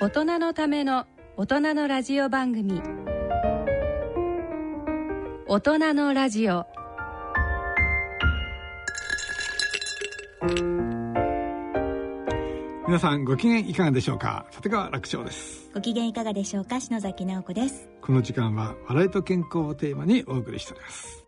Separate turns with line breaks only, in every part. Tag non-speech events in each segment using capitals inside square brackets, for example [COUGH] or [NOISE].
大人のための大人のラジオ番組大人のラジオ
皆さんご機嫌いかがでしょうか立川楽勝です
ご機嫌いかがでしょうか篠崎直子です
この時間は笑いと健康をテーマにお送りしております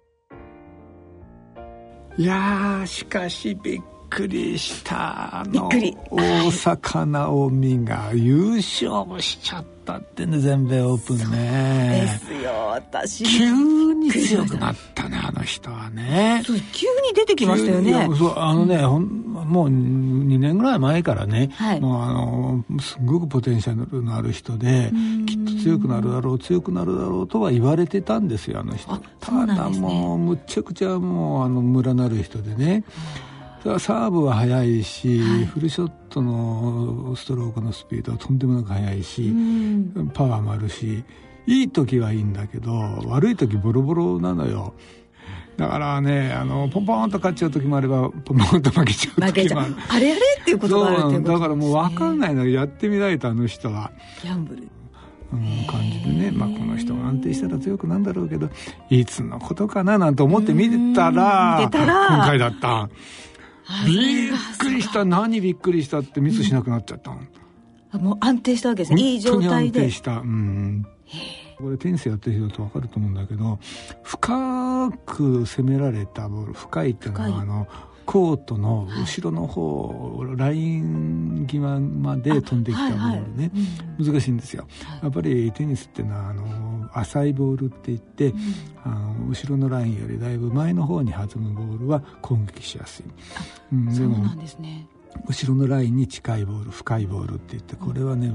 いやーしかしびっくりしたあの
びっくり
大坂なおみが優勝しちゃったってね全米オープンね
すよ私
急に強くなったねあの人はね
そう急に出てきましたよ
いや
ね
そうあのね、ほんもう2年ぐらい前からね、
はい
もうあのすごくポテンシャルのある人で
うん
きっと強くなるだろう強くなるだろうとは言われてたんですよあの人
あそう
た
な
だ
んですね
もうむちゃくちゃもうあのムラなる人でねただサーブは速いし、フルショットのストロークのスピードはとんでもなく速いし、
うん
パワーもあるしいい時はいいんだけど悪い時ボロボロなのよだからねあのポンポンと勝っちゃう時もあればポンポンと負けちゃう
負け
時
ち
も
ゃ
あ
う
る
あれあれっていうこと
そう
がある
な
ってい
の
うこと
だからもう分かん
ない
ないのやってみないとあの人は、
ギャンブル
うん、感じでね、まあ、この人が安定したら強くなんだろうけどいつのことかななんて思って見てたら
うん見てたら
今回だったびっくりした何びっくりしたってミスしなくなっちゃったの
あもう安定したわけですねいい状態
本当に安定
で
した。うん。これテニスやってる人だと分かると思うんだけど、深く攻められたボール、深いっていうの
深い
は、あの、コートの後ろの方、ライン際まで飛んできたボールね。難しいんですよ。やっぱりテニスっていうのは、あの、浅いボールって言って、あの後ろのラインよりだいぶ前の方に弾むボールは攻撃しやすい。うん、
そ
で
う
も
なんですね
後ろのラインに近いボール深いボールって言ってこれはね、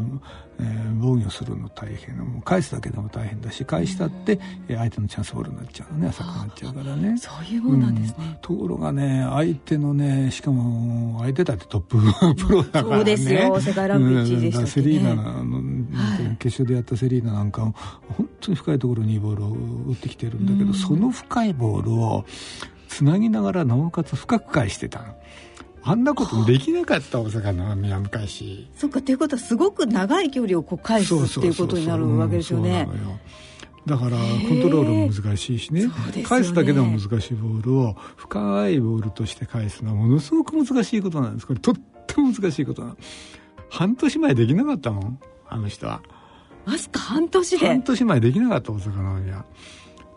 えー防御するの大変もう返すだけでも大変だし返したってえー相手のチャンスボールになっちゃうのね浅くなっちゃうからね。
そういうもんなんですね、
ところがね相手のねしかも相手だってトッ
[LAUGHS]
ププロだからね
そうですよ世界ランク1位でしたっけね
うんだからセリーナの、
はい
決勝でやったセリーナなんかも本当に深いところにいいボールを打ってきてるんだけど、
うん
その深いボールをつなぎながらなおかつ深く返してたのあんなこともできなかった大阪の宮昔
そっかということはすごく長い距離をこう返す
そう
って
そう
いう
そ
こ
うそ
と
う
になるわけですよね
うんそうなのよだからコントロールも難しいしね
へーそうですよね
返すだけでも難しいボールを深いボールとして返すのはものすごく難しいことなんですこれとっても難しいことなの半年前できなかったもんあの人は
わずか半年で
半年前できなかった大阪の海は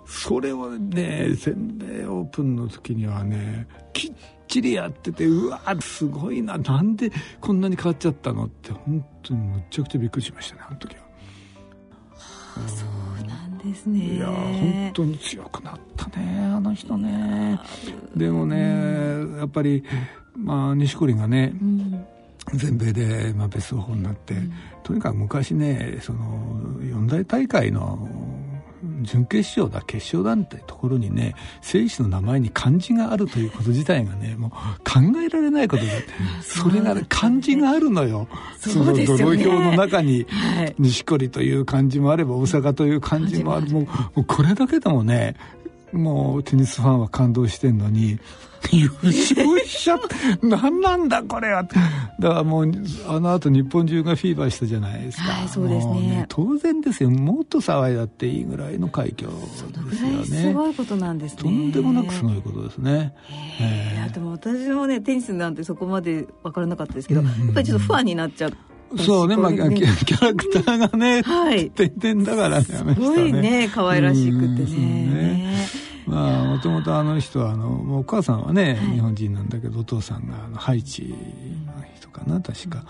それをね全米オープンの時にはねきっちりやっててうわすごいななんでこんなに変わっちゃったのって本当にむっちゃくちゃびっくりしましたねあの時は。
そうなんですね
いやー本当に強くなったねあの人ねでもねやっぱりまあ錦織がね
うん
全米で、まあ、ベスト4になって、とにかく昔ねその四大大会の準決勝だ決勝だってところにね選手の名前に漢字があるということ自体がねもう考えられないことだ
[LAUGHS]
ってそれがね漢字があるのよ
そうですよね
その泥表の中
[LAUGHS]
に
はい
錦織という漢字もあれば大阪という漢字もあるもうもうこれだけでもねもうテニスファンは感動してんのに優 [LAUGHS] 勝しちゃった何なんだこれはだからもうあのあと日本中がフィーバーしたじゃないですか、
はいそうですね
もう当然ですよもっと騒いだっていいぐらいの快挙
どの
で
ぐ
す
ら
よ
いす
ね
ごいことなんですね
とんでもなくすごいことですね、
いやでも私もねテニスなんてそこまで分からなかったですけど、
うんうんうん
やっぱりちょっとファンになっちゃった
そうね、まあ、キ
すごいね
ャキャラクターがね、 [LAUGHS]
はい
点々だからね、す
すごいね可愛らしくてね
まあもともとあの人はあのもうお母さんは
は
ね、
い
日本人なんだけどお父さんがあのハイチの人かな確か、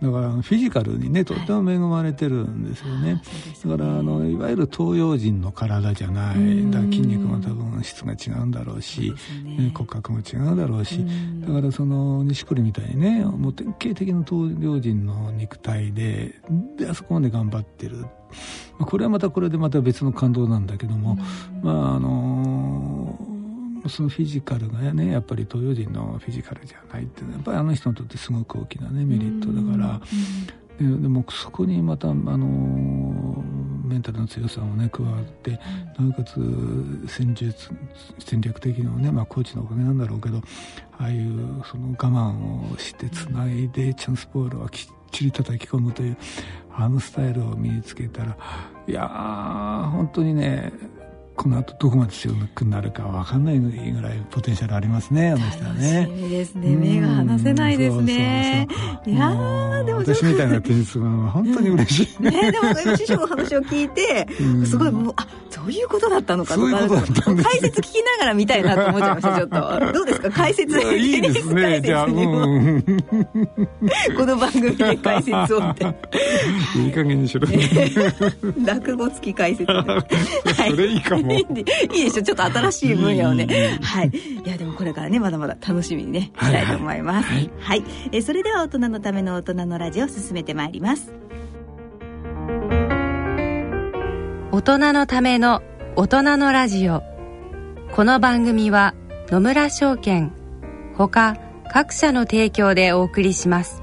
だからあのフィジカルにねとっても恵まれてるんですよね、だからあのいわゆる東洋人の体じゃない、
うん
だから筋肉も多分質が違うんだろうし
そうですよね
ね骨格も違うだろうし、
うん
だからその錦織みたいにねもう典型的な東洋人の肉体でであそこまで頑張ってるまあこれはまたこれでまた別の感動なんだけども、まああのーそのフィジカルがねやっぱり東洋人のフィジカルじゃないっていうのはやっぱりあの人にとってすごく大きなねメリットだから、ででもそこにまたあのーメンタルの強さもね加わってなおかつ戦術戦略的にもね、まあ、コーチのおかげなんだろうけどああいうその我慢をしてつないでチャンスボールはきっちり叩き込むというあのスタイルを身につけたらいやー本当にねこの後どこまで強くなるか分かんないぐらいポテンシャルありますねあの人は
楽
ね
し。みですね。目が離せないですね。
うんそうそうそう
いやー
もう
でもちょっと
私みたいなテニスマンは本当に嬉しい、
ね、でも師匠の話を聞いて、
うん
すごいもう、あ、そういうことだったのかとか、
そういうことだったんですね
解説聞きながら見たいなと思っちゃいました、ちょっと。どうですか解説。
いやいい
テ
ですね
ニス解説
じゃあ、う
にも
ん、
この番組で解説をみたい
いい加減にしろ、
な。落語付き解説。はい
[LAUGHS] それいいかも
い [LAUGHS] いでいいでしょちょっと新しい分野をね
う。
はい。いや、でもこれからね、まだまだ楽しみにね、し
はいは
た
い
いと思います。は
はいい、
えーそれでは大人のための大人のラジオを進めてまいります。
大人のための大人のラジオこの番組は野村証券ほか各社の提供でお送りします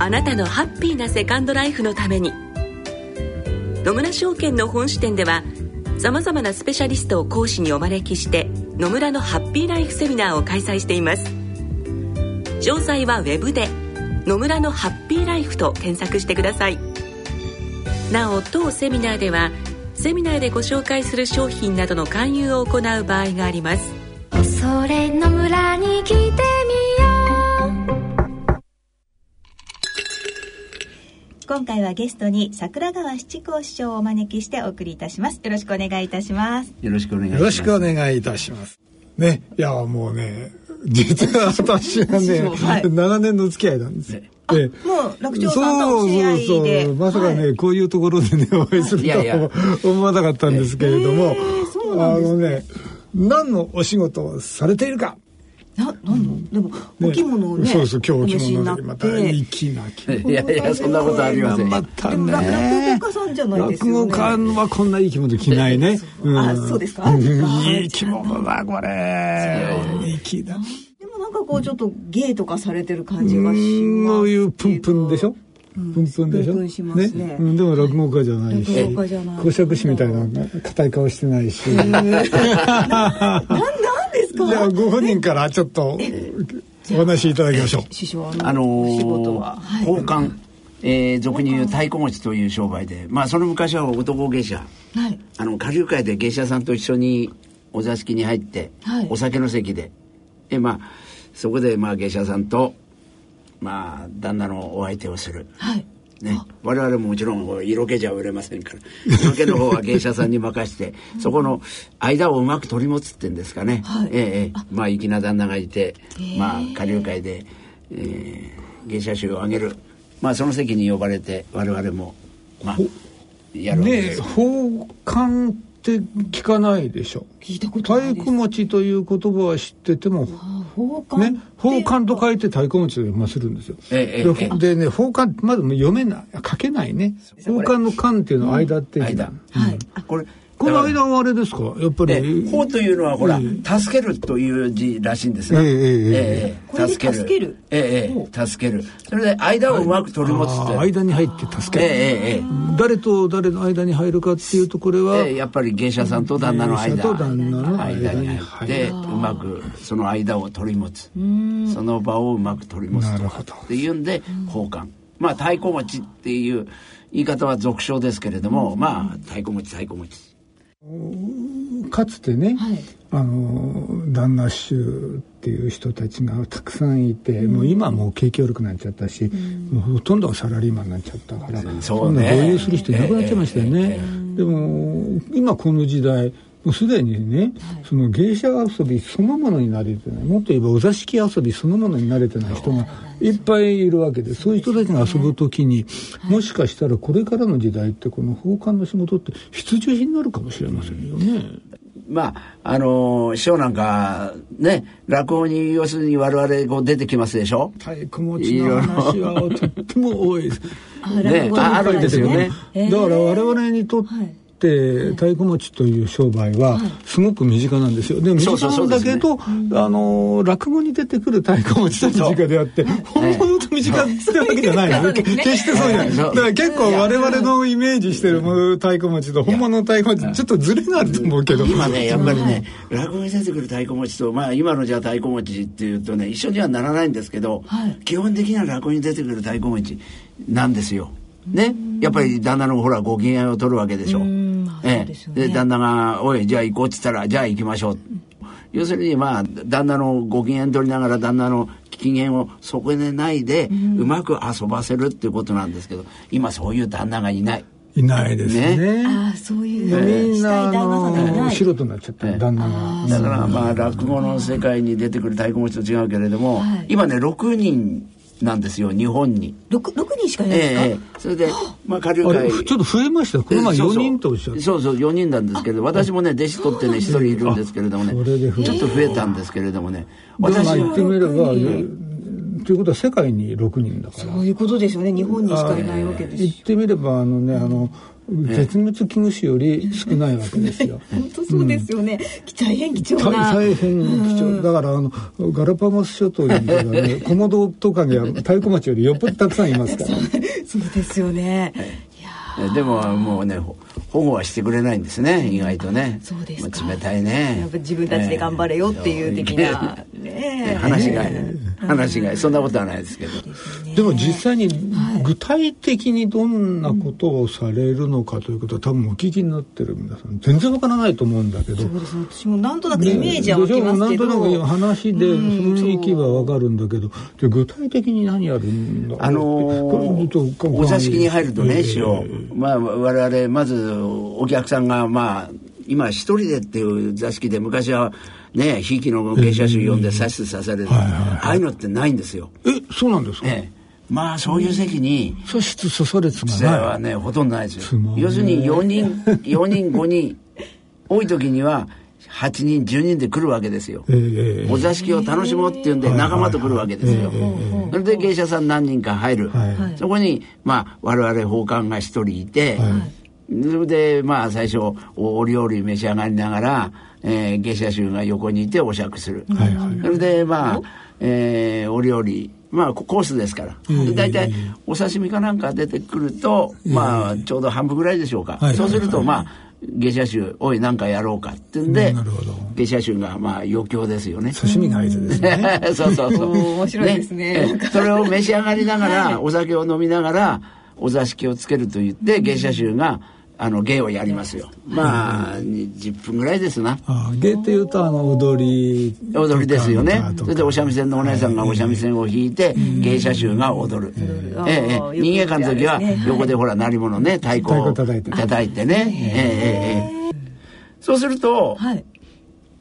あなたのハッピーなセカンドライフのために野村証券の本支店ではさまざまなスペシャリストを講師にお招きして野村のハッピーライフセミナーを開催しています詳細はウェブで「野村のハッピーライフ」と検索してくださいなお当セミナーではセミナーでご紹介する商品などの勧誘を行う場合があります
それの村に来てみよう
今回はゲストに桜川七光師匠をお招きしてお送りいたします。よろしくお願いいたします。
よろしくお願いしま
よ
す。
ろしくお願いいたします。ね、いや、もうね、実は私はね、
はい
長年の付き合いなんですよ。ええ
もう楽長さんとお知り合いで。
そうそうそうまさかね、
はい
こういうところでね、お会いする
い
と
やい
は
や
思わなかったんですけれども、
そうなん
あ
で
のね、何のお仕事をされているか。
な、なんでも、
ね
お着物をね。
そうそう、今日
お召
お着物
し
で
にな
ま
ったて
粋な着物。
[LAUGHS] いやいや、そんなことありません。
[LAUGHS] また
でも落
ね。
語家さんじゃないです
落
よ
語
ね。
家はこんないい着物着ないね。ん
あそうですか
うんいい着物だ、これ。いい着だ。
でもなんかこうちょっと芸とかされてる感じがしますけど。
のいうプンプンでしょプンプンでしょ
プンプンしますね
うんでも落語家じゃないし
落語家じゃない
講釈師みたいな硬い顔してないし
なんなんですか
じゃあご本人からちょっとお話しいただきましょう
師匠
あ
あ
の
の、お
ー
仕事は。はい。
交換、えー俗に言う太鼓持ちという商売で、まあ、その昔は男芸者、
はい。
あの、下流会で芸者さんと一緒にお座敷に入って、
はい
お酒の席で、で、まあ、そこで、まあ、芸者さんと、まあ、旦那のお相手をする。
はい。
ね、我々ももちろん色気じゃ売れませんから色気の方は芸者さんに任してそこの間をうまく取り持つっていうんですかね、
はい
ええええまあ粋な旦那がいて、
ー
まあ下流会で、ええ芸者衆をあげる、まあ、その席に呼ばれて我々も、まあ、やるわけで
ね
す、
奉還って聞かないでしょ
聞いたことな
太
いです
鼓。持ちという言葉は知ってても
あ奉還って
ね、奉還と書いて太鼓持ちで読ませるんですよ。
ええええ
ででね、奉還ってまだ読めない、書けないね。奉還の還っていうのは間っていう字だ
間
はい。
これ
この
だから
間はあれですかやっぱ
え
り。
え法というのはほら、
え
助けるという字らしいんですが、
ええええ
え
これで助ける
ええええ助けるそれで間をうまく取り持つ
あ
と
ー
いう、
間に入って助ける。
ええええええ
誰と誰の間に入るかっていうと、これは、
えーやっぱり芸者さんと旦那の間
芸者と旦那の間
間
に
に
入っ
入っててうまくその間を取り持つその場をうまく取り持つ
な
と
るほど
っていうんで交換まあ太鼓持ちっていう言い方は俗称ですけれどもまあ太鼓持ち太鼓持ち
かつてね、
はい
あの旦那衆っていう人たちがたくさんいて、もう今はもう景気悪くなっちゃったし、もうほとんどがサラリーマンになっちゃったから、
そうね
んな同遊する人いなくなっちゃいましたよね、でも今この時代もうすでにね、その芸者遊びそのものに慣れてないもっと言えばお座敷遊びそのものに慣れてない人がいっぱいいるわけでそういう人たちが遊ぶ時に、もしかしたらこれからの時代ってこの奉還の仕事って必需品になるかもしれませんよね。
まあ、あの師匠なんか、ね、落語に要するに我々こう出てきますでしょ
太鼓持ちの話はとっても多いです。
あ
ね
落語
あ
の
あるんですよね
えー
だから我々にとって太鼓持ちという商売はすごく身近なんですよ。でも身
そう
近
そうそ
な
うんで
だ
すね
けど、あの落語に出てくる太鼓持ちと身近であって、本物と身近ってわけじゃないのね。決してそうじゃない。
そ
だ
う
から結構我々のイメージしてる太鼓持ちと本物の太鼓持ちちょっとズレがあると思うけど。
今ねやっぱりね、落語に出てくる太鼓持ちと、まあ、今のじゃあ太鼓持ちっていうとね一緒にはならないんですけど、基本的には落語に出てくる太鼓持ちなんですよ。ね、やっぱり旦那のほらご機嫌を取るわけでしょ。ええで旦那が「おいじゃあ行こう」っつったら「じゃあ行きましょう」要するにまあ旦那のご機嫌取りながら旦那の機嫌を損ねないで、うまく遊ばせるっていうことなんですけど今そういう旦那がいない。
いないですね。
ああそういう
みんな
した
あ
い旦那さんがい
の
ない
素人になっちゃった旦那が。
だからまあ落語の世界に出てくる太鼓持ちと違うけれども、
はい
今ね6人なんですよ日本に。
六六人しかいないんですか、
ええそれでまあ下流
あ
会
れちょっと増えましたよこの前4人とおっしゃって
そうそう4人なんですけど私もね弟子取ってね1人いるんですけれどもね
あそれで増え
ち
た
ょっと増えたんですけれどもね
でもまあ
私
言っ
は
てみれば、ということは世界に6人だから
そういうことですよね日本にしかいないわけです
言ってみればあのねあの絶滅危惧種より少ないわけですよ。
本当 [LAUGHS] そうですよね、大変貴重
大
な
大変貴重だからあのガラパゴス諸島にはねコモドトカゲは太鼓町よりよっぽどたくさんいますから
[LAUGHS] そうですよね、いや
でももうねほ保護はしてくれないんですね意外とね
そうですか
まあ冷たいね
やっぱ自分たちで頑張れよっていう的なねえ
話が話がそんなことはないですけど
でも実際に具体的にどんなことをされるのかということは多分お聞きになってる皆さん全然わからないと思うんだけど
そうですね私もなんとなくイメージは湧きますけど、
なんとなく話で
うん
雰囲気はわかるんだけど、で具体的に何やるんだろうって
あの
これちょっと
お座敷に入るとね、
ええ
師匠、まあ、我々、まず、お客さんが、まあ、今、一人でっていう座敷で、昔は、ね、ひいきの芸者集呼んで指図さされる。
はいはいはい
ああいうのってないんですよ。
えそうなんですか、
ええ。まあ、そういう席に、
素質刺されつ
それ
が
は
ない
ね、ほとんどないです
つまん。
よ
ない
要するに、4人、4人、5人、多い時には、8人、10人で来るわけですよ。
ええええ
お座敷を楽しもうっていうんで
はい
仲間と来るわけですよ
えええ。
それで芸者さん何人か入る。
はい
そこに、まあ、我々奉還が一人いて、
は
それで、まあ、最初、おお料理召し上がりながら、えー芸者衆が横にいてお酌する。
はいはい
それで、まあ、えーお料理、まあ、ココースですから。
ええ
で大体、お刺身かなんか出てくると、まあ、ちょうど半分ぐらいでしょうか。
はい
そうすると、まあ、芸者衆、おい、なんかやろうかってんで
なるほど、
芸者衆が、まあ、余興ですよね。
刺身が合図ですね
[LAUGHS] そうそうそう。
面白いですねなんか
それを召し上がりながら、お酒を飲みながら、お座敷をつけると言って、芸者衆が、あの、芸をやりますよ。まあ、10分ぐらいですな。
ああ芸っていうとあの踊りとか
踊りですよね
歌。と
そ
か
れでお三味線のお姉さんがお三味線を弾いて、芸者衆が踊る。ええ、え
ああ
え人間館の時
よ
は
くやるね、
横でほら、鳴り物ね、太鼓を
太鼓叩いて
叩いてね。ええ、ええ、ええ。そうすると、
はい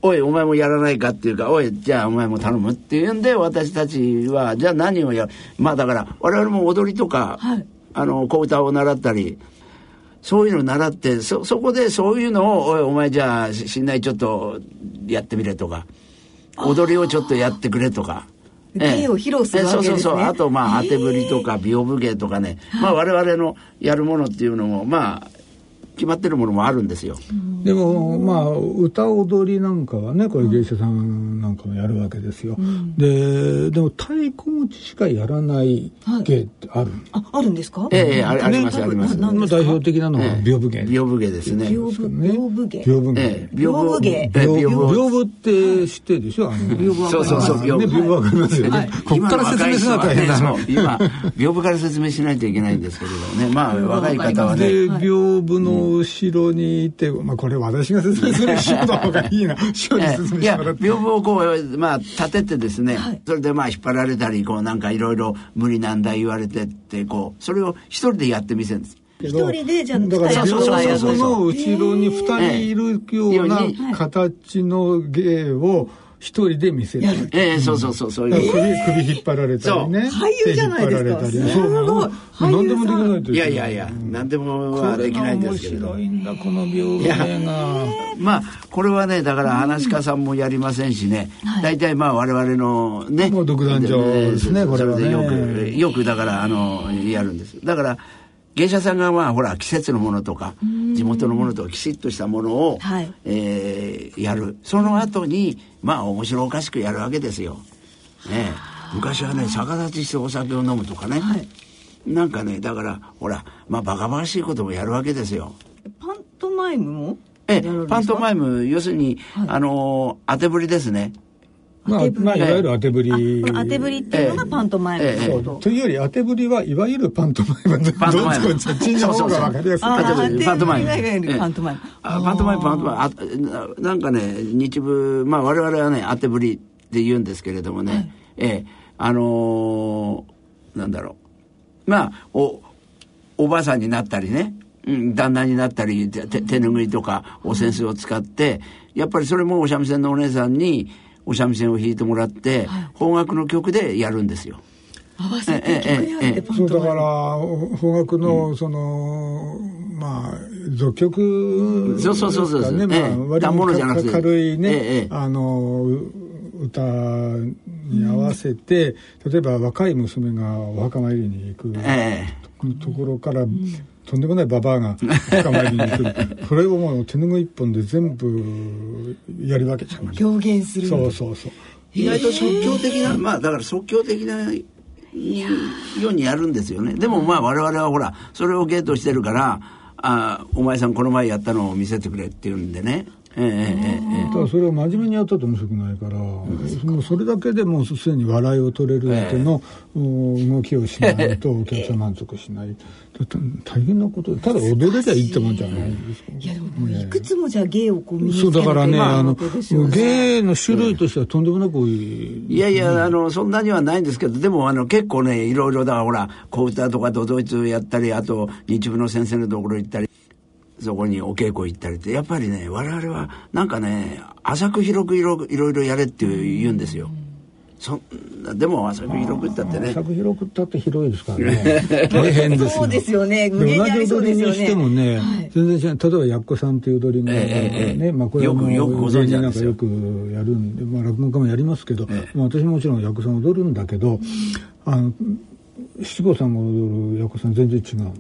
おい、お前もやらないかっていうか、おい、じゃあお前も頼むっていうんで、私たちは、じゃあ何をやる。まあだから、我々も踊りとか、
はい
あの、小唄を習ったり、そういうの習って、そ、そこでそういうのを、おい、お前じゃあ、ししんないちょっとやってみれとか、踊りをちょっとやってくれとか。
芸を披露するわけですね
ええそうそうそう。あと、まあ、当て振りとか、屏風芸とかね。まあ、我々のやるものっていうのも、まあ、決まってるものもあるんですよ。
でもまあ歌踊りなんかはねこれ芸者さんなんかもやるわけですよ、ででも太鼓持ちしかやらない芸ってある、
ああるんですか
ええええありあります
ね
あります
ななん
ま
で
あ
すか
代表的なのは
ええ
屏風芸
屏風芸ですね。
屏風屏風芸
屏風芸、
ええ、
屏風芸
屏風
屏
屏
風
風
屏風って知ってるでしょあの屏
そうそうそう屏
ね、屏
風
風わかりますよね、こっから説明するのは大変だな、
今の若い人はねそう今屏風から説明しないといけないんですけれどもねまあ若い方はね
で屏風の後ろにいて、まあこれ私が説明する師匠の方がいいな師
[LAUGHS]
匠に
え
説明
えい
して
や
もらって
屏風をこうまあ立ててですね、それでまあ引っ張られたりこうなんかいろいろ無理なんだ言われてってこうそれを一人でやってみせるんです
け
一人でじゃあ
だから
そうそうそうそう
屏風の後ろに二人いるような
ええ
形の芸を一人で見せる
やる
ええそうそうそうそう
だから
いう。
首首引っ張られたりね
そう俳優じゃないですか
手引っ張られたりそうなの
すごい
何でもできないと
いやいやいや、何でもはできないんですけれど
こ。れが面白いんだこの病名が
まあこれはねだから話し家さんもやりませんしね、大体まあ我々のね
もう独壇場ですね
えー
これはね
それでよくよくだからあのやるんですだから芸者さんがまあほら季節のものとか地元のものとかきちっとしたものを、
はい
えーやるその後にまあ面白おかしくやるわけですよ、ねえ、昔はね逆立ちしてお酒を飲むとかね、
はい
なんかねだからほらまあバカバカしいこともやるわけですよ
パントマイムも
ええ、パントマイ
ム
ム、要するに、あのー、当てぶりですね。
まあ、まあ、いわゆる当てぶり
この当てぶりっていうのがパントマイムって
ええ
そ
こ
う
と、
というより当てぶりはいわゆるパントマイムどっち
パントマイム
こっちどっちの方が分かりやすい
あー
当てぶ
当
りパン
てぶ
トマ
り
イム。
がいわゆる
ええ
パントマイム
あパントマイム、パントマイム。あななんかね、日舞、まあ我々はね、当てぶりって言うんですけれどもね、ええ、あのーなんだろう。まあ、お、おばあさんになったりね、うん、旦那になったり、て手手拭いとか、お扇子を使って、やっぱりそれもお三味線のお姉さんに、お三味線を弾いてもらって、邦楽の曲でやるんですよ。
合わせて曲やってパ
そ
ン
うだ
ト
か
マイム
ら邦楽のその、まあ俗曲ですか
そう
ね
そうそうそう
ま
ええ
あ割
反物じゃなく
と
て
軽いね、
ええええ
あのう歌に合わせて、例えば若い娘がお墓参りに行く
ええ。
ところから、とんでもないババアがお墓参りに行
[LAUGHS]
くそれをもう手拭い一本で全部やるわけじゃん
表現する
そうそうそう
意外と即興的な、まあだから即興的なようにやるんですよね。でもまあ我々はほら、それをゲートしてるから、あお前さんこの前やったのを見せてくれって言うんでね。ええええええ
ただそれを真面目にやったと面白くないから、もうそれだけでもうすでに笑いを取れるだけの、うん動きをしないとお客さん満足しない、だって大変なことでただ踊れりゃいいってもんじゃないですか
いやでももういくつもじゃあ芸をこう身につけ
そうだからね、あの、
芸
芸の種類としてはとんでもなく多い。
いやいや、あの、そんなにはないんですけど、でも、あの、結構ね、いろいろだ、ほら、小唄とかとドイツやったり、あと、日舞の先生のところ行ったり、そこにお稽古行ったりって、やっぱりね、我々は、なんかね、浅く広くいろいろいろやれっていう言うんですよ。そんなでも、浅く広くったってね。
尺広くったって広いですからね。
[LAUGHS]
大変ですよ。
そうですよね無限
で同
にあり
じ
そう
踊
で
り
すよ
に
ね
してもね、全然違う。例えば、やっこさんという踊りがあるからね、
ええええ
まあ、これはもう
よくよくご存知な
なん
んで
か
すよ
よくやるんで、まあ、落語家もやりますけど、まあ、私ももちろんやっこさん踊るんだけど、あの、七五三が踊るやっこさん全然違うの。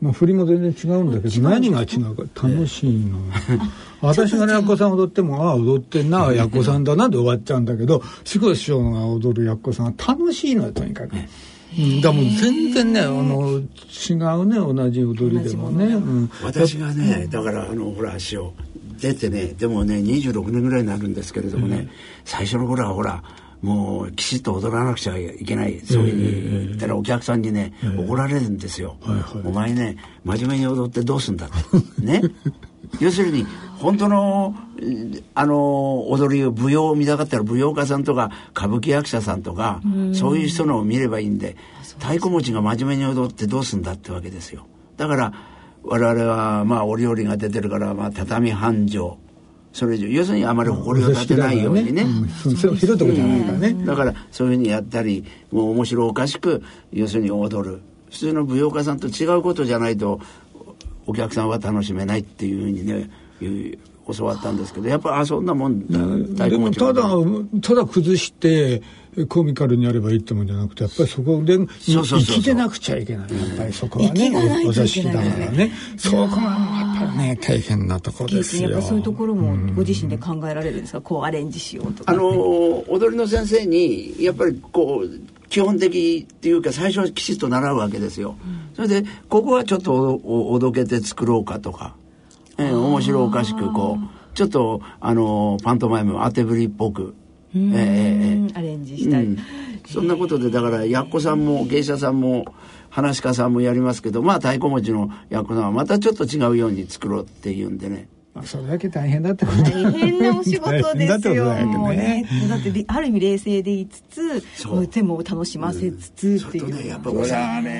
まあ、振りも全然違うんだけど、何が違うか楽しいの。 [LAUGHS] 私がねやっこさん踊っても、ああ、踊ってんな、やっこさんだなで終わっちゃうんだけど、志功師匠が踊るやっこさんは楽しいのよ、とにかく。うん、だからもう全然ね、あの、違うね、同じ踊りでもね。うん
私がねだからあのほら足を出てねでもね26年ぐらいになるんですけれどもね、最初の頃はほらもうきちっと踊らなくちゃいけないそういうふうに言ったらお客さんにね、怒られるんですよ、
はい
お前ね真面目に踊ってどうすんだとね要するに本当のえーあの踊りを舞踊を見たかったら舞踊家さんとか歌舞伎役者さんとかそういう人のを見ればいいんで太鼓持ちが真面目に踊ってどうすんだってわけですよだから我々はまあお料理が出てるからまあ畳半畳それ以上要するにあまり誇りを立てないようにね、
んそうひどいとこじゃないからね。
だからそういうふうにやったりもう面白おかしく要するに踊る普通の舞踊家さんと違うことじゃないとお客さんは楽しめないっていうふうにねいう教わったんですけどやっぱあそんなもんだ太
で
鼓持
も
ち
た
は
だただ崩してコミカルにやればいいってもんじゃなくてやっぱりそこで
そうそうそう
生きてなくちゃいけないやっぱりそこは
生き
ね
がないといけない
お座敷だからねそこがやっぱりね大変なとこ
経
です
験や
よ
っぱそういうところもご自身で考えられるんですかこうアレンジしようとか
あの踊りの先生にやっぱりこう基本的っていうか最初はきちっと習うわけですよ、それでここはちょっとおおおどけて作ろうかとか、ええ面白おかしくこうちょっとあのパントマイム当てぶりっぽく、ええええええ
うんアレンジしたり、
うんそんなことでだからやっこさんも芸者さんも話し家さんもやりますけどまあ太鼓持ちのやっこさんはまたちょっと違うように作ろうっていうんでね
まあそれだけ大変だってこと
大変なお仕事で
大変だっ
す
てこと
よ。
だよね
もうね、だってりある意味冷静で言いつつ、
そう
手も楽しませつつ
そ
って
れ
い
と
う。
ねやっぱお酒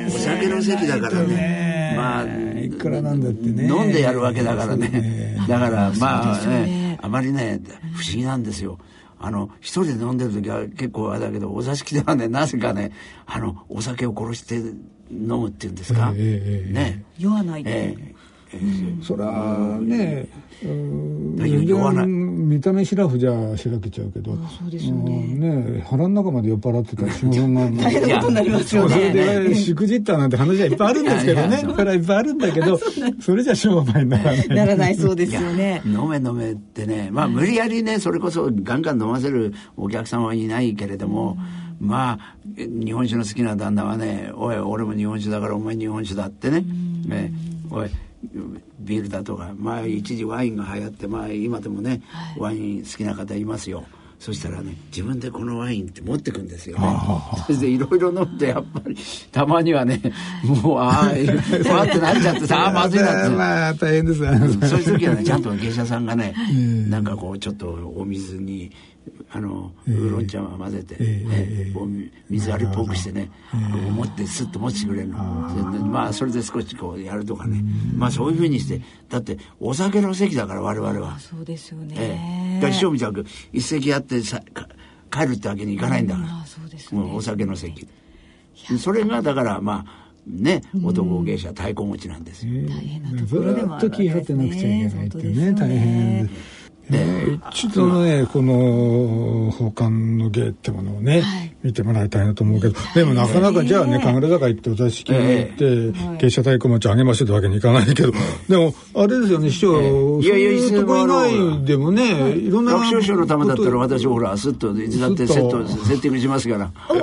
お酒の席だからねまあ
いくらなんだってね
飲んでやるわけだからねだからまあ、
そうですよね
ええあまりね不思議なんですよあの一人で飲んでる時は結構あれだけどお座敷ではねなぜかねあのお酒を殺して飲むっていうんですか、
ええええ
ね
酔わない
え
で、
え
それはね、うん
だから酔わない
見た目シラフじゃ開けちゃうけど、
そうですよね
うんね腹の中まで酔っ払ってたら、そんな
[LAUGHS] 大変なことになりますよ
それ
ね
でしくじったなんて話はいっぱいあるんですけど
いや
ね
いや
それはいっぱいあるんだけ
[LAUGHS]
どそれじゃ商売にならない
ならないそうですよ
いや
ね
飲め飲めってねまあ無理やりねそれこそガンガン飲ませるお客さんはいないけれども、まあえ日本酒の好きな旦那はね「おい俺も日本酒だからお前日本酒だ」ってね「ねおいビールだとかまあ一時ワインが流行ってまあ今でもね、ワイン好きな方いますよそしたらね自分でこのワインって持ってくんですよねそしていろいろ飲んでやっぱりたまにはねもうああパ
[LAUGHS]
ーってなっちゃってさあーまずいなって
まあ大変ですね
そういう時はね、ちゃんと芸者さんがね、なんかこう、ちょっとお水に、あの、ウーロン茶を混ぜて、ねこう水割りっぽくしてね、こう持って、スッと持ってくれるの。それでまあ、それで少しこうやるとかね。まあ、そういうふうにして、だって、お酒の席だから、我々は。
そうですよ
え
ね
え。だから師匠みたく、一席やってさか帰るってわけにいかないんだから。
あそうです
もうお酒の席。それが、だから、まあ、ね、男芸者太鼓持ちなんですよ。
ずーっと気張ってなくちゃいけないっていうね大変ですね、一度ねこの奉還の芸ってものをね、見てもらいたいなと思うけどでもなかなかじゃあね神楽坂行ってお座敷に行って、芸者太鼓持ちあげましょうってわけにいかないけどでもあれですよね師匠、
い
そう
やいや
いうとこ以外でもね、い、ろんな
楽勝師匠のためだったら
こと
私ほらスッといつだってセット
スッ
セッティングしますから。はい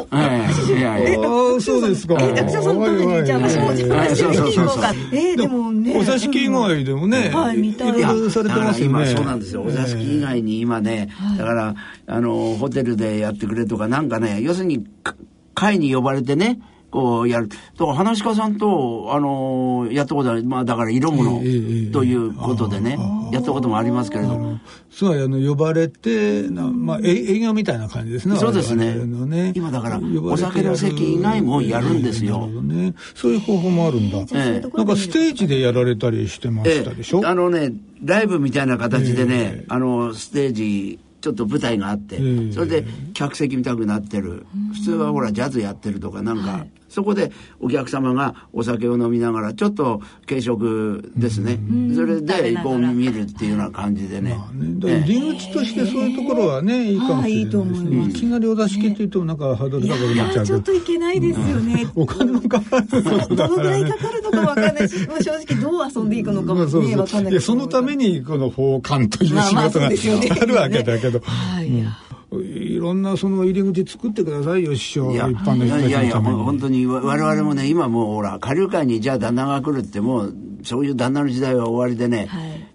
いやいや
ああそうですか
え学者さんのためにじゃあ私も自分
はい
で一緒
そうそう
に
そう
行こうかえーでもね
お座敷以外でもね、
はい見たい
ろいろされてますよね
だから今そうなんですよお座敷以外に今ね、だからあのホテルでやってくれとかなんかね要するにか会に呼ばれてねこうやるだから話し家さんとあのやったことあるまあだから色物
ええええ
ということでねやったこともありますけれども
つまりあの呼ばれてな、まあ、え営業みたいな感じですね
そうですね
我々のね
今だから
呼ばれてやる
お酒の席以外もやるんですよ
なるほどね、そういう方法もあるんだ、
じゃあそういうとこ
な
ろ
ん
で
か
も
ステージでやられたりしてましたでしょ、
あのねライブみたいな形でね、
ええ
あのステージちょっと舞台があって、
ええ
それで客席みたくなってる、普通はほらジャズやってるとかなんか、そこでお客様がお酒を飲みながらちょっと軽食ですね、それでこう見るっていうような感じでね,、
まあね、だから入り口としてそういうところはね、いいかもしれない
はいいいと思いま
ですすね。いきなりお出し切って言ってもなんかハードル高くなっちゃうけ
ちょっ
ど
と、いけないですよね、
お金のかかること
ど
だ
の
か
ぐら
ら
い
ね
か。かるのかわかんないし、まあ、正直どう遊んでいくのか
ま
も
あそう
ね、
そ
わ
う
かんない
いやそのためにこの奉還という仕
まあまあ
事
そう
が
ですよね
あるわけだけど、
はい
うんいろんなその入り口作ってくださいよ師匠
いや
一般の人たちのために
いやいやほん本当にわ我々もね今もうほら下流界にじゃあ旦那が来るってもうそういう旦那の時代は終わりでね、
はい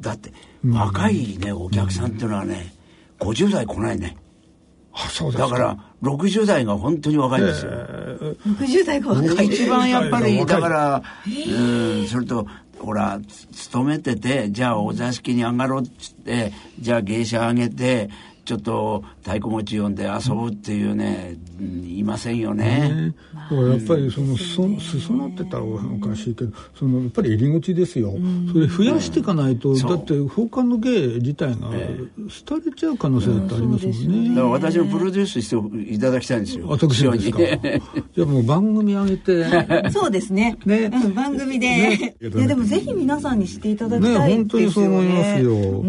だって若いねお客さんっていうのはね50代来ないね
あそうです
だから60代が本当に若いんですよ、
60代が若い
一番やっぱり
若
だ
い
からうんそれとほらつ勤めててじゃあお座敷に上がろうっつってじゃあ芸者上げてちょっと太鼓持ち呼んで遊ぶっていうね、うんいませんよね、
ねだからやっぱりそのそ裾野って言ったらおかしいけどそのやっぱり入り口ですよそれ増やしていかないとだって奉還の芸自体が廃れちゃう可能性だってありますもん
だ
ね
から私もプロデュースしていただきたいんですよ
私はですかじゃあもう番組上げて
[LAUGHS] [LAUGHS] そうですね
ね
うん番組で、
ね
いやでもぜひ皆さんにしていただき
ね
たい
本当
で
に
す
そう
よ
思います
ね
よ、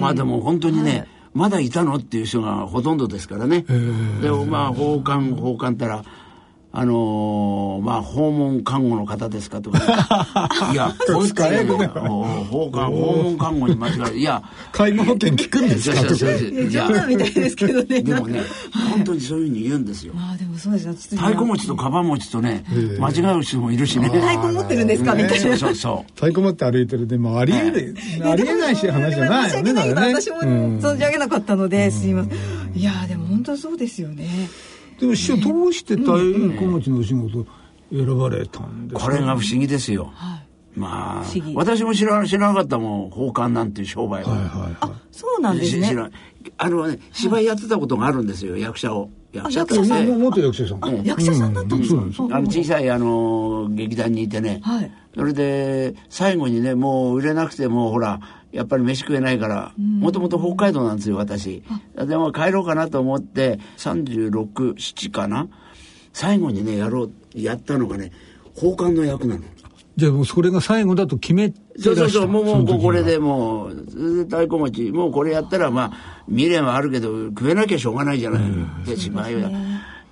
まあでも本当にね、まだいたのっていう人がほとんどですからね。でもまあ訪韓訪韓ったらあのーまあ訪問看護の方ですかとか、いやこいつねもう訪韓訪問看護に間違えていや
介護保険聞くんです
そう
か
そう
とか
そういや
冗談みたいですけどね
でもね本当にそういうふうに言うんですよ。
まあでもそうですねちょっと
太鼓持ちとカバン持ちとね間違う人もいるしね。
太鼓持ってるんですかみたい
そ
な
うそうそう。
太鼓持って歩いてるでもありえない、ありえないし話じゃな
申
い
し
よ
訳
ね
ないけど
だからね
私も
うん
存じ上げなかったので、すいませんいやーでも本当そうですよね
でも師匠どうして太鼓持ちのお仕事選ばれたんです
こ
か、
れが不思議ですよ。まあ
不思議
私も知ら知らなかったもん奉還なんていう商売は。
はいはいはい
そうなんです
し
ね
知らんあのね芝居やってたことがあるんですよ役者を役者って
役者さ
も
ね
元役者さん。
あ役者さんだったんですか、
うん
そう
あの小さいあの劇団にいてね、
はい
それで最後にねもう売れなくてもうほらやっぱり飯食えないから
ん
もともと北海道なんですよ私でも帰ろうかなと思って367かな最後にねやろうやったのがね奉還の役なの
じゃあもうそれが最後だと決めてら
そうそうそう、もう、もう、
その時は
これでもう、太鼓餅、もうこれやったら、まあ、未練はあるけど、食えなきゃしょうがないじゃない。で、しまいは、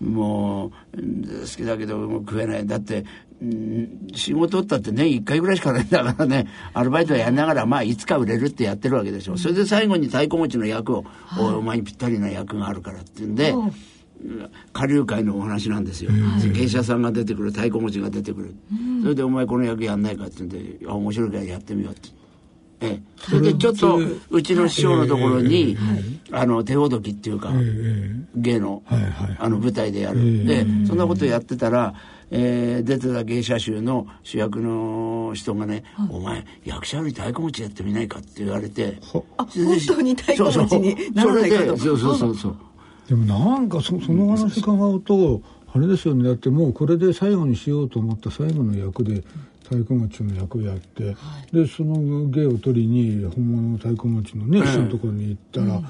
もう、うん好きだけど、もう食えない。だって、うん仕事ったって年一回ぐらいしかないんだからね、アルバイトはやりながら、まあ、いつか売れるってやってるわけでしょ。それで最後に太鼓餅の役を、おお前にぴったりな役があるからって言うんで、下流会のお話なんですよ、芸者さんが出てくる太鼓持ちが出てくる、それで「お前この役やんないか」って言うんで「あ面白いからやってみよう」って。ええ、それでちょっとうちの師匠のところに、あの手ほどきっていうか、芸の,、
いはい
あの舞台でやる、でそんなことやってたら、えー出てた芸者集の主役の人がね「お前役者より太鼓持ちやってみないか」って言われて
あ
それで
本当に太鼓持ちにならないかと
そうそうそうそうそうそうそう
でもなんかそその話伺うとあれですよねだってもうこれで最後にしようと思った最後の役で太鼓持ちの役をやって、でその芸を取りに本物の太鼓持ちのね、人のところに行ったら、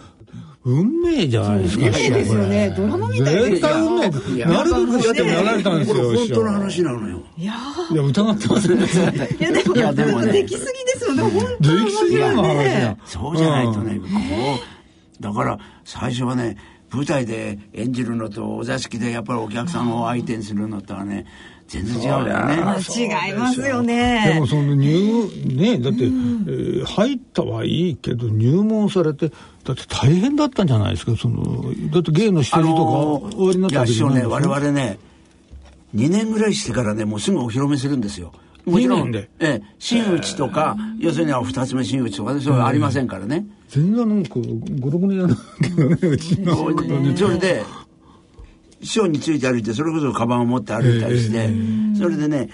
運命じゃないですか
運命ですよ
ねドラマみたいですよ
絶対運命
いや
なるべくやってもやられたんですよ
これ本当の
師
話なのよ。
いや
匠いや疑ってませ
[LAUGHS]
んでしたで
ーいやでも
いやでもね
できすぎですよね本当に
きすぎるの話だ
そうじゃないとね、こう、だから最初はね、舞台で演じるのとお座敷でやっぱりお客さんを相手にするのとはね、全然違うからね。
間違いますよ
で
ね
もその入ねだって、えー入ったはいいけど入門されてだって大変だったんじゃないですかそのだって芸の下
あ
地とか
の
終わりになっ
い
た
や、
わけ
師
じゃない
匠ね、
ですか
我々ね、2年ぐらいしてからね、もうすぐお披露目するんですよ。もちろ
二
ん、
年
え
で
え、真打ちとか、要するには二つ目真打ちとかね、そういうのありませんからね。
全然なんか56年やらないけどねうちのことね
それで師匠について歩いてそれこそカバンを持って歩いたりして、それでね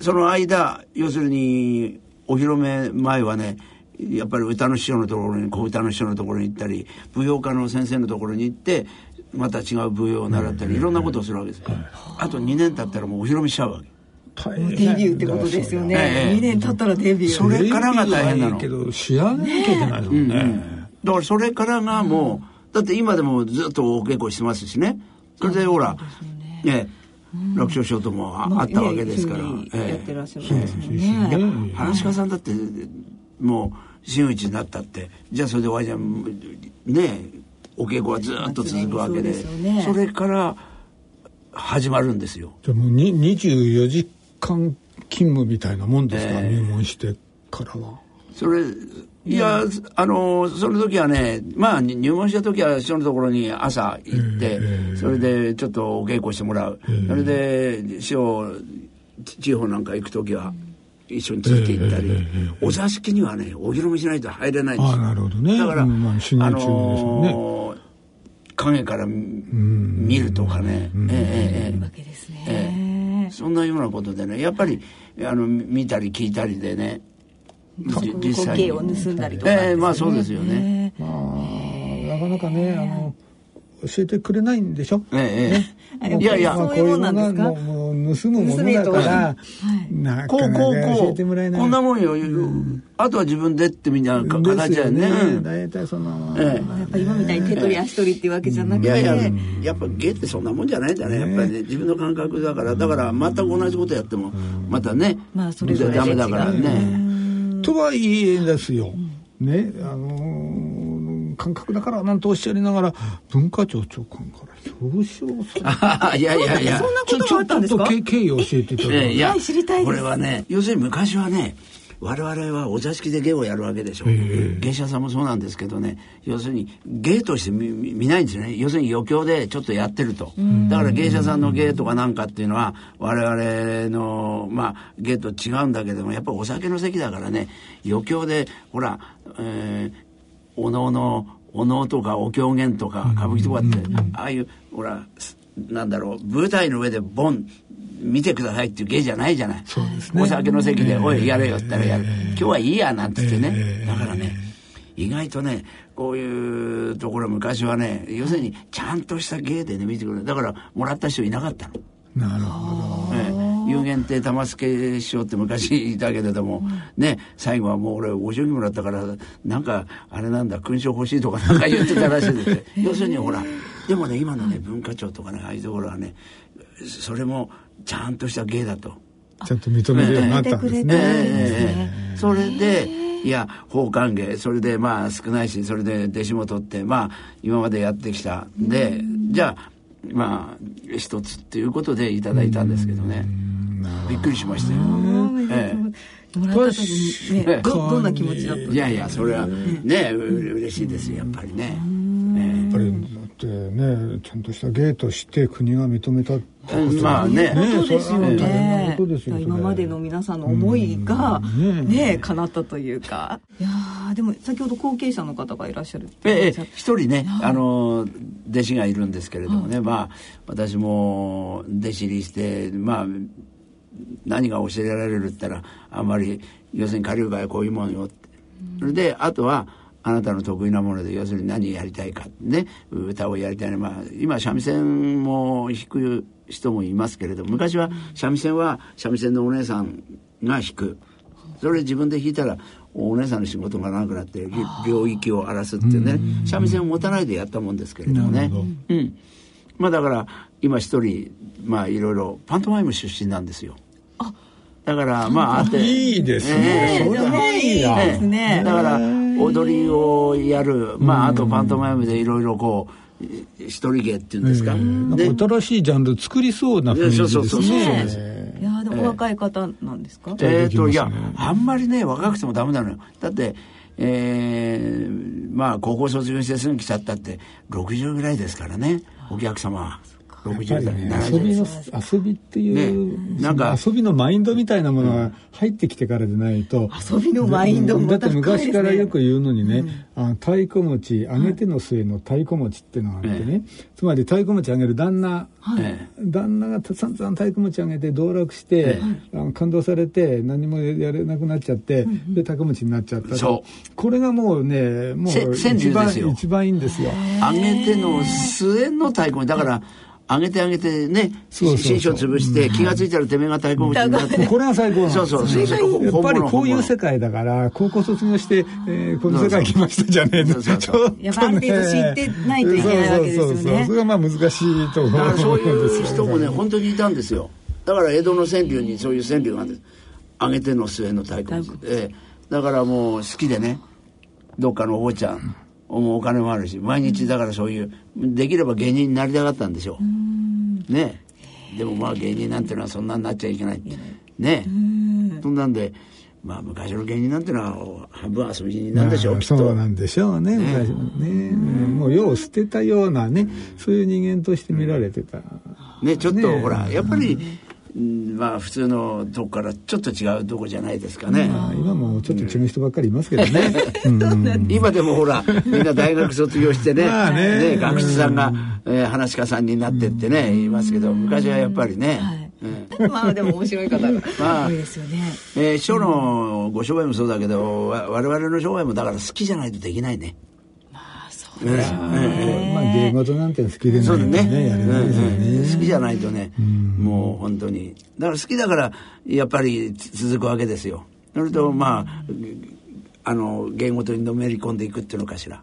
その間要するにお披露目前はねやっぱり歌の師匠のところに小歌の師匠のところに行ったり舞踊家の先生のところに行ってまた違う舞踊を習ったりいろんなことをするわけです、あと2年経ったらもうお披露目しちゃうわけ
大
デ
変
ビューってことですよ
え
ね
え
2年経ったらデビュー
それからが大変なの
いいけど仕上げなきゃいけないですもんね
だからそれからがもう、だって今でもずっとお稽古してますしね。それでほら、ね、楽勝師匠ともああったわけですから。
まあね急にや
え
って
え
らっしゃるんですもん
ね
ね
え
話し家さんだって、もう、真打ちになったって、じゃあそれで終わりじゃん、ねえ、お稽古はずっと続くわけで、
そうですよね
それから始まるんですよ。
じゃあもうに24時間勤務みたいなもんですか、
ええ
入門してからは
それいや、あのその時はねまあに入門した時は師匠のところに朝行って、それでちょっとお稽古してもらう、それで師匠ち地方なんか行く時は一緒について行ったり、
えええ
お座敷にはねお披露目しないと入れないんです
ああ
よ
なるほどね
だから、
うんまあ、修行中ですもんね、
あのー影から見見るとかね、ええええええ
わけですね、
ええ、そんなようなことでねやっぱりあの見たり聞いたりでねじ
こう芸を盗んだりとかですね
ええまあそうですよね、
ね
まあ、なかなかね、あの、教えてくれないんでしょ
ええええ
ね
いやいや
そ
まあ
ういうもんなんですか
こういうものはもうもう盗むものだか
盗
ら、な
こ
か
う
な
こう
か教
こ
えてもらえ
う
ない。
こんなもんよ、あとは自分でってみたいなか形
です
だよ
よ
ね
ね。大体その、
え
やっぱ今みたいに手取り足取りっていうわけじゃなく
えい
て
やいややっぱ芸ってそんなもんじゃないんだねやっぱりね自分の感覚だからだから全く同じことやってもまたね、
まあそれぞれ
ダメだからね、
とはいえですよ。ね、あのー感覚だからなんとおっしゃりながら文化庁長官から表彰された
[LAUGHS] いやいやいや
そんなこともあったんです
ちょ
か
っと経緯を教えていただ
ええ
い
い
て
や
はい知りたいです
これはね要するに昔はね我々はお座敷で芸をやるわけでしょ、芸者さんもそうなんですけどね要するに芸として見見見ないんですよね要するに余興でちょっとやってるとだから芸者さんの芸とかなんかっていうのは我々の、まあ、芸と違うんだけどもやっぱお酒の席だからね余興でほら、えーお能のお能とかお狂言とか歌舞伎とかって、ああいうほらすなんだろう舞台の上でボン見てくださいっていう芸じゃないじゃないお酒の席で「おいやれよ」って言ったらやる、今日はいいや」なんて言ってね、だからね意外とねこういうところ昔はね要するにちゃんとした芸でね見てくれるだからもらった人いなかったの。
なるほど。
ええ有限亭玉助師匠って昔いたけれども、ね、最後はもう俺お将棋もらったから、なんか、あれなんだ、勲章欲しいとかなんか言ってたらしいですよ要するにほら、でもね、今のね、文化庁とかね、ああいうところはね、それもちゃんとした芸だと。
ちゃんと認めるようになったんですね。
ええそれで、いや、法歓迎、それでまあ少ないし、それで弟子も取って、まあ今までやってきた。で、じゃあ、まあ、一つっていうことでいただいたんですけどね。びっくりしましたよ。え
もらった時にねどどんな気持ちだっ
えいやいや、それはね、う嬉しいですよ、やっぱりね。
やっぱりだってねちゃんとした芸として国が認めたってこと
ええまあね。
たそうですよ
それは
ね
大変なことですよそれ
今までの皆さんの思いがね叶ったというかいやーでも先ほど後継者の方がいらっしゃるって
ええ
お
え
っしゃっ
え、一人ね、あの、弟子がいるんですけれどもね、まあ、私も弟子入りして、まあ、何が教えられるって言ったら、あんまり、要するに下流会はこういうもんよって。それで、あとは、あなたの得意なもので、要するに何やりたいか、ね、歌をやりたいね。まあ、今、三味線も弾く人もいますけれど、昔は三味線は三味線のお姉さんが弾く。それ自分で弾いたらお姉さんの仕事がなくなってり領域を荒らすっていうね三味線を持たないでやったもんですけれどもねうんまあだから今一人まあいろいろパントマイム出身なんですよだからまああって
いいですね
ええ
それはいいな
ええだから踊りをやるまああとパントマイムでいろいろこうえ一人芸っていうんですかで
なんか新しいジャンル作りそうな雰囲気
そう
で
そ
す
うそうそう
ね
です
ていやーでもお若い方なんですか
対
え
で
っ
きますね
といやあんまりね若くてもダメなのよだってえーまあ高校卒業してすぐ来ちゃったって60ぐらいですからねお客様は
や
60
っぱり
代
ね
70
遊び
代
の遊びっていう、
ねなんか
その遊びのマインドみたいなものが入ってきてからでないと、
遊びのマインドも
だっ
また
て
深いです
昔
ね
からよく言うのにね、あ太鼓持ち揚げての末の太鼓持ちってのがあってね、
は
つまり太鼓持ち上げる旦那、
え
旦那がた散々太鼓持ち上げて道楽して、あの感動されて何もやれなくなっちゃって、で太鼓持ちになっちゃったと
そ
これがもうねも
せ
う
川柳
一番
ですよ
一番いいんですよ。
え上げての末の太鼓だから上げて上げてね
そうそうそう
新書潰して気が付いたらてめえが太鼓持ちになって
これが最高なんです
そうそうそうそう
やっぱりこうい
本物本物
う世界だから、高校卒業して、えーこの世界来ましたじゃねえの。
そうそう
ちょっとね
やっぱある程度知ってないといけないわけですよね
そうそうそうそうそれはまあ難しいと思
だ
うん
から
です
そう
けど
いう人もね、 [LAUGHS] 本当にいたんですよ。だから江戸の川柳にそういう川柳があるんです。上げての末の太鼓です。ええだからもう好きでね、どっかのお坊ちゃん、もうお金もあるし、毎日だからそういう、できれば芸人になりたかったんでしょう。ねでもまあ芸人なんてのはそんなになっちゃいけないって。ねそんなんで、まあ昔の芸人なんてのは半分遊び人なんでしょう、きっ
そう
と
な。んでしょうね、昔はね。うんもう世を捨てたようなね、そういう人間として見られてた。
ね、ちょっと、
ね
ほら、やっぱり、うんまあ普通のとこからちょっと違うとこじゃないですかね。
まあ今もちょっと違う人ばっかりいますけど
[LAUGHS]
ね。
今でもほら、みんな大学卒業してね、
まあね
ね学士さんが、えー話し家さんになってってね、言いますけど、昔はやっぱりね、う
[LAUGHS]
ん
まあでも面白い方が
まあ
多い、ですよね
えー師匠のご商売もそうだけど、わ我々の商売もだから好きじゃないとできないね。まあ、そうですね。
まあ芸事なんて好きでな
そ
いうと
だ
ね、
ね
やれないですよ
うんうん好き
ね。
じゃないとね、もう本当に。だから好きだから、やっぱりつ続くわけですよ。それと、まあ、あの、芸事にのめり込んでいくっていうのかしら。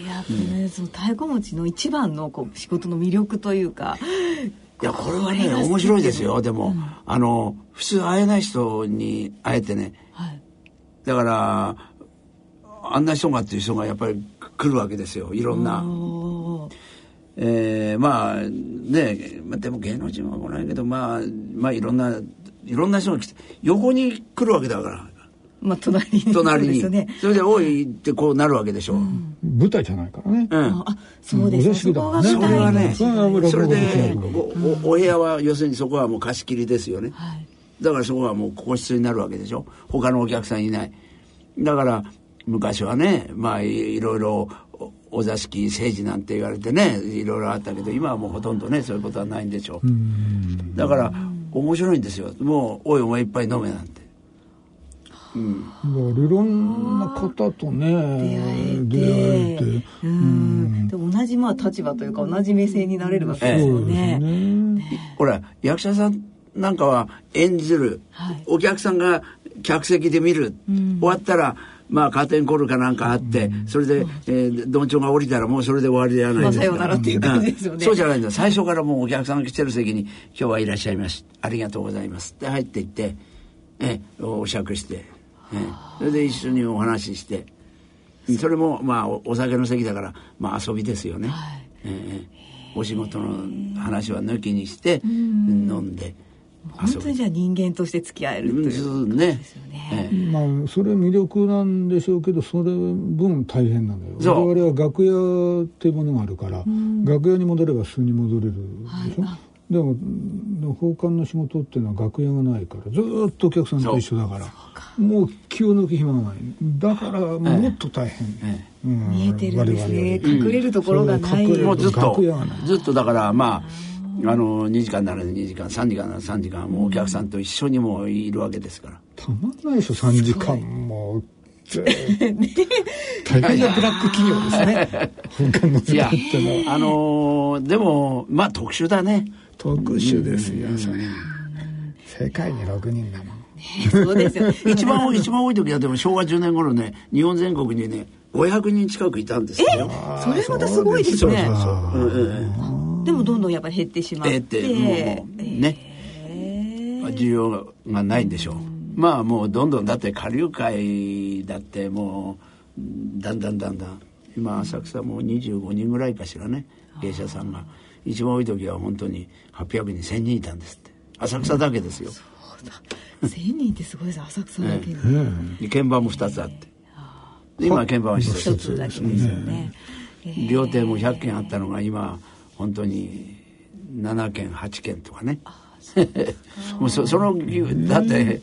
いやっぱねその太鼓持ちの一番のこう仕事の魅力というか
いや、これはね、面白いですよ。でも、あの、普通会えない人に会えてね、
はい
だから、あんな人がっていう人がやっぱり来るわけですよ。いろんな。
おー
えーまあね、まあ、でも芸能人は来ないけど、まあ、まあいろんないろんな人が来て横に来るわけだ [LAUGHS] から
まあ隣に
隣に
そ
そ,、
うですよね
れで「おい」ってこうなるわけでしょう、うん
舞台じゃないからね。
あそうです
お
ね
座敷
そ
だ
こ
か
が
らね
それは
舞台
ね
ですよ
それで
うん
おおお部屋は要するにそこはもう貸し切りですよね、
はい
だからそこはもう個室になるわけでしょ他のお客さんいないだから昔はねまあいいろいろおお座敷政治なんて言われてねいろいろあったけど今はもうほとんどねそういうことはないんでしょう、だから面白いんですよもう「おいお前いっぱい飲め」なんて
だからいろんな方とね出会えて
うんでも同じまあ立場というか同じ目線になれるわけですよね
ね
ほら役者さんなんかは演じる、
はい
お客さんが客席で見る、終わったらまあカーテンコールかなんかあって、それで、えー、どんちょうが降りたらもうそれで終わりじゃないで
まあ
すか、
さようならっていう感じですよね
んそうじゃないんだ最初からもうお客さんが来てる席に「今日はいらっしゃいましありがとうございます」って入っていって、えお酌して、えそれで一緒にお話ししてそれもまあおお酒の席だから、まあ、遊びですよね、ええお仕事の話は抜きにして飲んで
本当にじゃあ人間として付き合えると
うん
い。
そううね
よね
ええ
まあそれ魅力なんでしょうけどそれ分大変なんだ
そ
よ
う
我々は楽屋っていうものがあるから、楽屋に戻れば素に戻れるでしょ、でもでも奉還の仕事っていうのは楽屋がないからずーっとお客さんと一緒だからもう気を抜く暇がないだからもっと大変、
え
うん
見えてるんですね。
我々は
隠れるところがない。
そう
もうずっと
楽屋がな
ずっとだからまああの2時間なら2時間3時間なら3時間もうお客さんと一緒にもういるわけですから
たまんないでしょ3時間
[LAUGHS]
もずーっと大変なブラック企業ですね奉還の
い
仕
や
事ってのは
あのーでもまあ特殊だね
特殊ですよ、それ世界に6人だもん
[LAUGHS] そうですよ。
一番
[LAUGHS]
多い一番多い時はでも昭和10年頃ね日本全国にね500人近くいたんですよ
それまたすごいですね。
うんうんうん
でもどんどんやっぱり減ってしまっ
え
て。
ーってもうね需要がないんでしょうまあもうどんどんだって下流会だってもうだんだんだんだん今浅草も25人ぐらいかしらね芸者さんが一番多い時は本当に800人1000人いたんですって浅草だけですよ
千人ってすごいです浅草だけに。
で鍵盤も2つあってで今は鍵盤は1つ
一つだけですよね。
料亭も100軒あったのが今本当に7軒8軒とかね [LAUGHS] もうそそのだって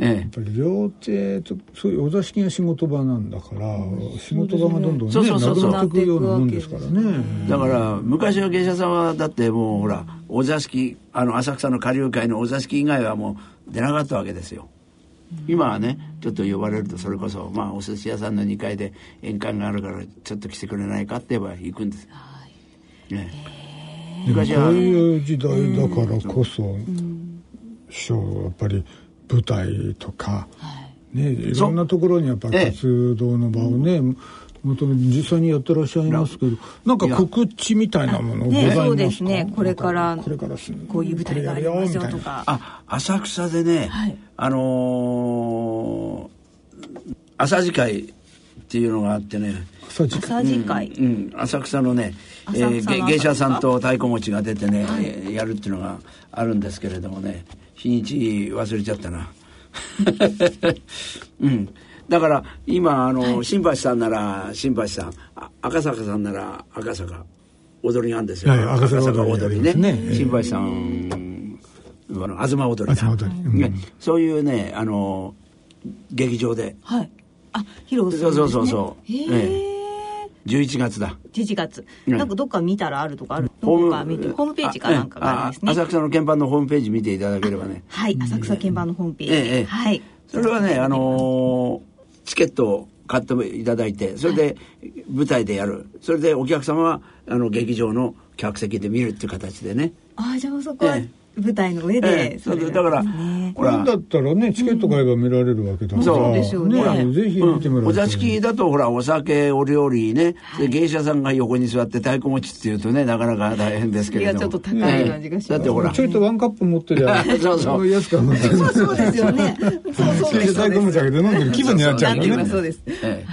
ええ
やっぱり料亭とそういうお座敷が仕事場なんだから、仕事場がどんどんね
そうそうそうそう
なくなっていくようなもんですからね
だから昔は芸者さんはだってもうほらお座敷あの浅草の下流会のお座敷以外はもう出なかったわけですよ今はねちょっと呼ばれるとそれこそまあお寿司屋さんの2階で宴会があるからちょっと来てくれないかって言えば行くんです、ね昔は
そういう時代だからこそ、師匠はやっぱり舞台とか、ね、いろんなところにやっぱり
ええ
活動の場をね、求め実際にやってらっしゃいますけどなんか告知みたいなものございますか、
そうですねこれから
これからする
こういう舞台がありますよとか。
あ浅草でね、
はい
あのー朝次会っていうのがあってね、
さあ時間
朝次会。
うん、浅草のね、え
浅草の
ーげ
朝
芸者さんと太鼓持ちが出てね、えーやるっていうのがあるんですけれどもね日にち忘れちゃっ
[LAUGHS]
たなうんだから今あの、新橋さんなら新橋さんあ赤坂さんなら赤坂踊りがあるんですよ、
はい赤坂踊り
ね
ありますね
新橋さんあの東踊りだ
東踊りうん
ねそういうねあの劇場で
はい。あ披露するです
そうん
ね。
そうそうそう、
へえ。
11月だ
11月、
うん
なんかどっか見たらあるとかあるどっか見てホームページかなんかがあるんです
あ
ね
ええあ浅草の鍵盤のホームページ見ていただければね。
はい浅草鍵盤のホームページ、
ええええ
はい
それはね、あのーチケットを買っていただいて、それで舞台でやる。それでお客様は、あの、劇場の客席で見るっていう形でね。
ああじゃあそこは
え
舞台の上
え
で、
え
それが
だから、ほ
これ
ら
だ、ったらねチケット買えば見られるわけだから、
そうです
よね
ぜひ
う
見てもら
ん、お
いたい
座敷だとほら、お酒、お料理ね、で芸者さんが横に座って太鼓持ちっていうとね、なかなか大変ですけれども。
いやちょっと高い感じがします
ええだってほら
ち、ょいとワンカップ持ってり
[LAUGHS]
ゃ
そうそう
安くはなっちゃう
そうですよね。そうそう
そ
で。
れです太鼓持ち上げて飲んでる気分になっちゃ
なん
うか
ていう
ら
か
ね
そうです。
え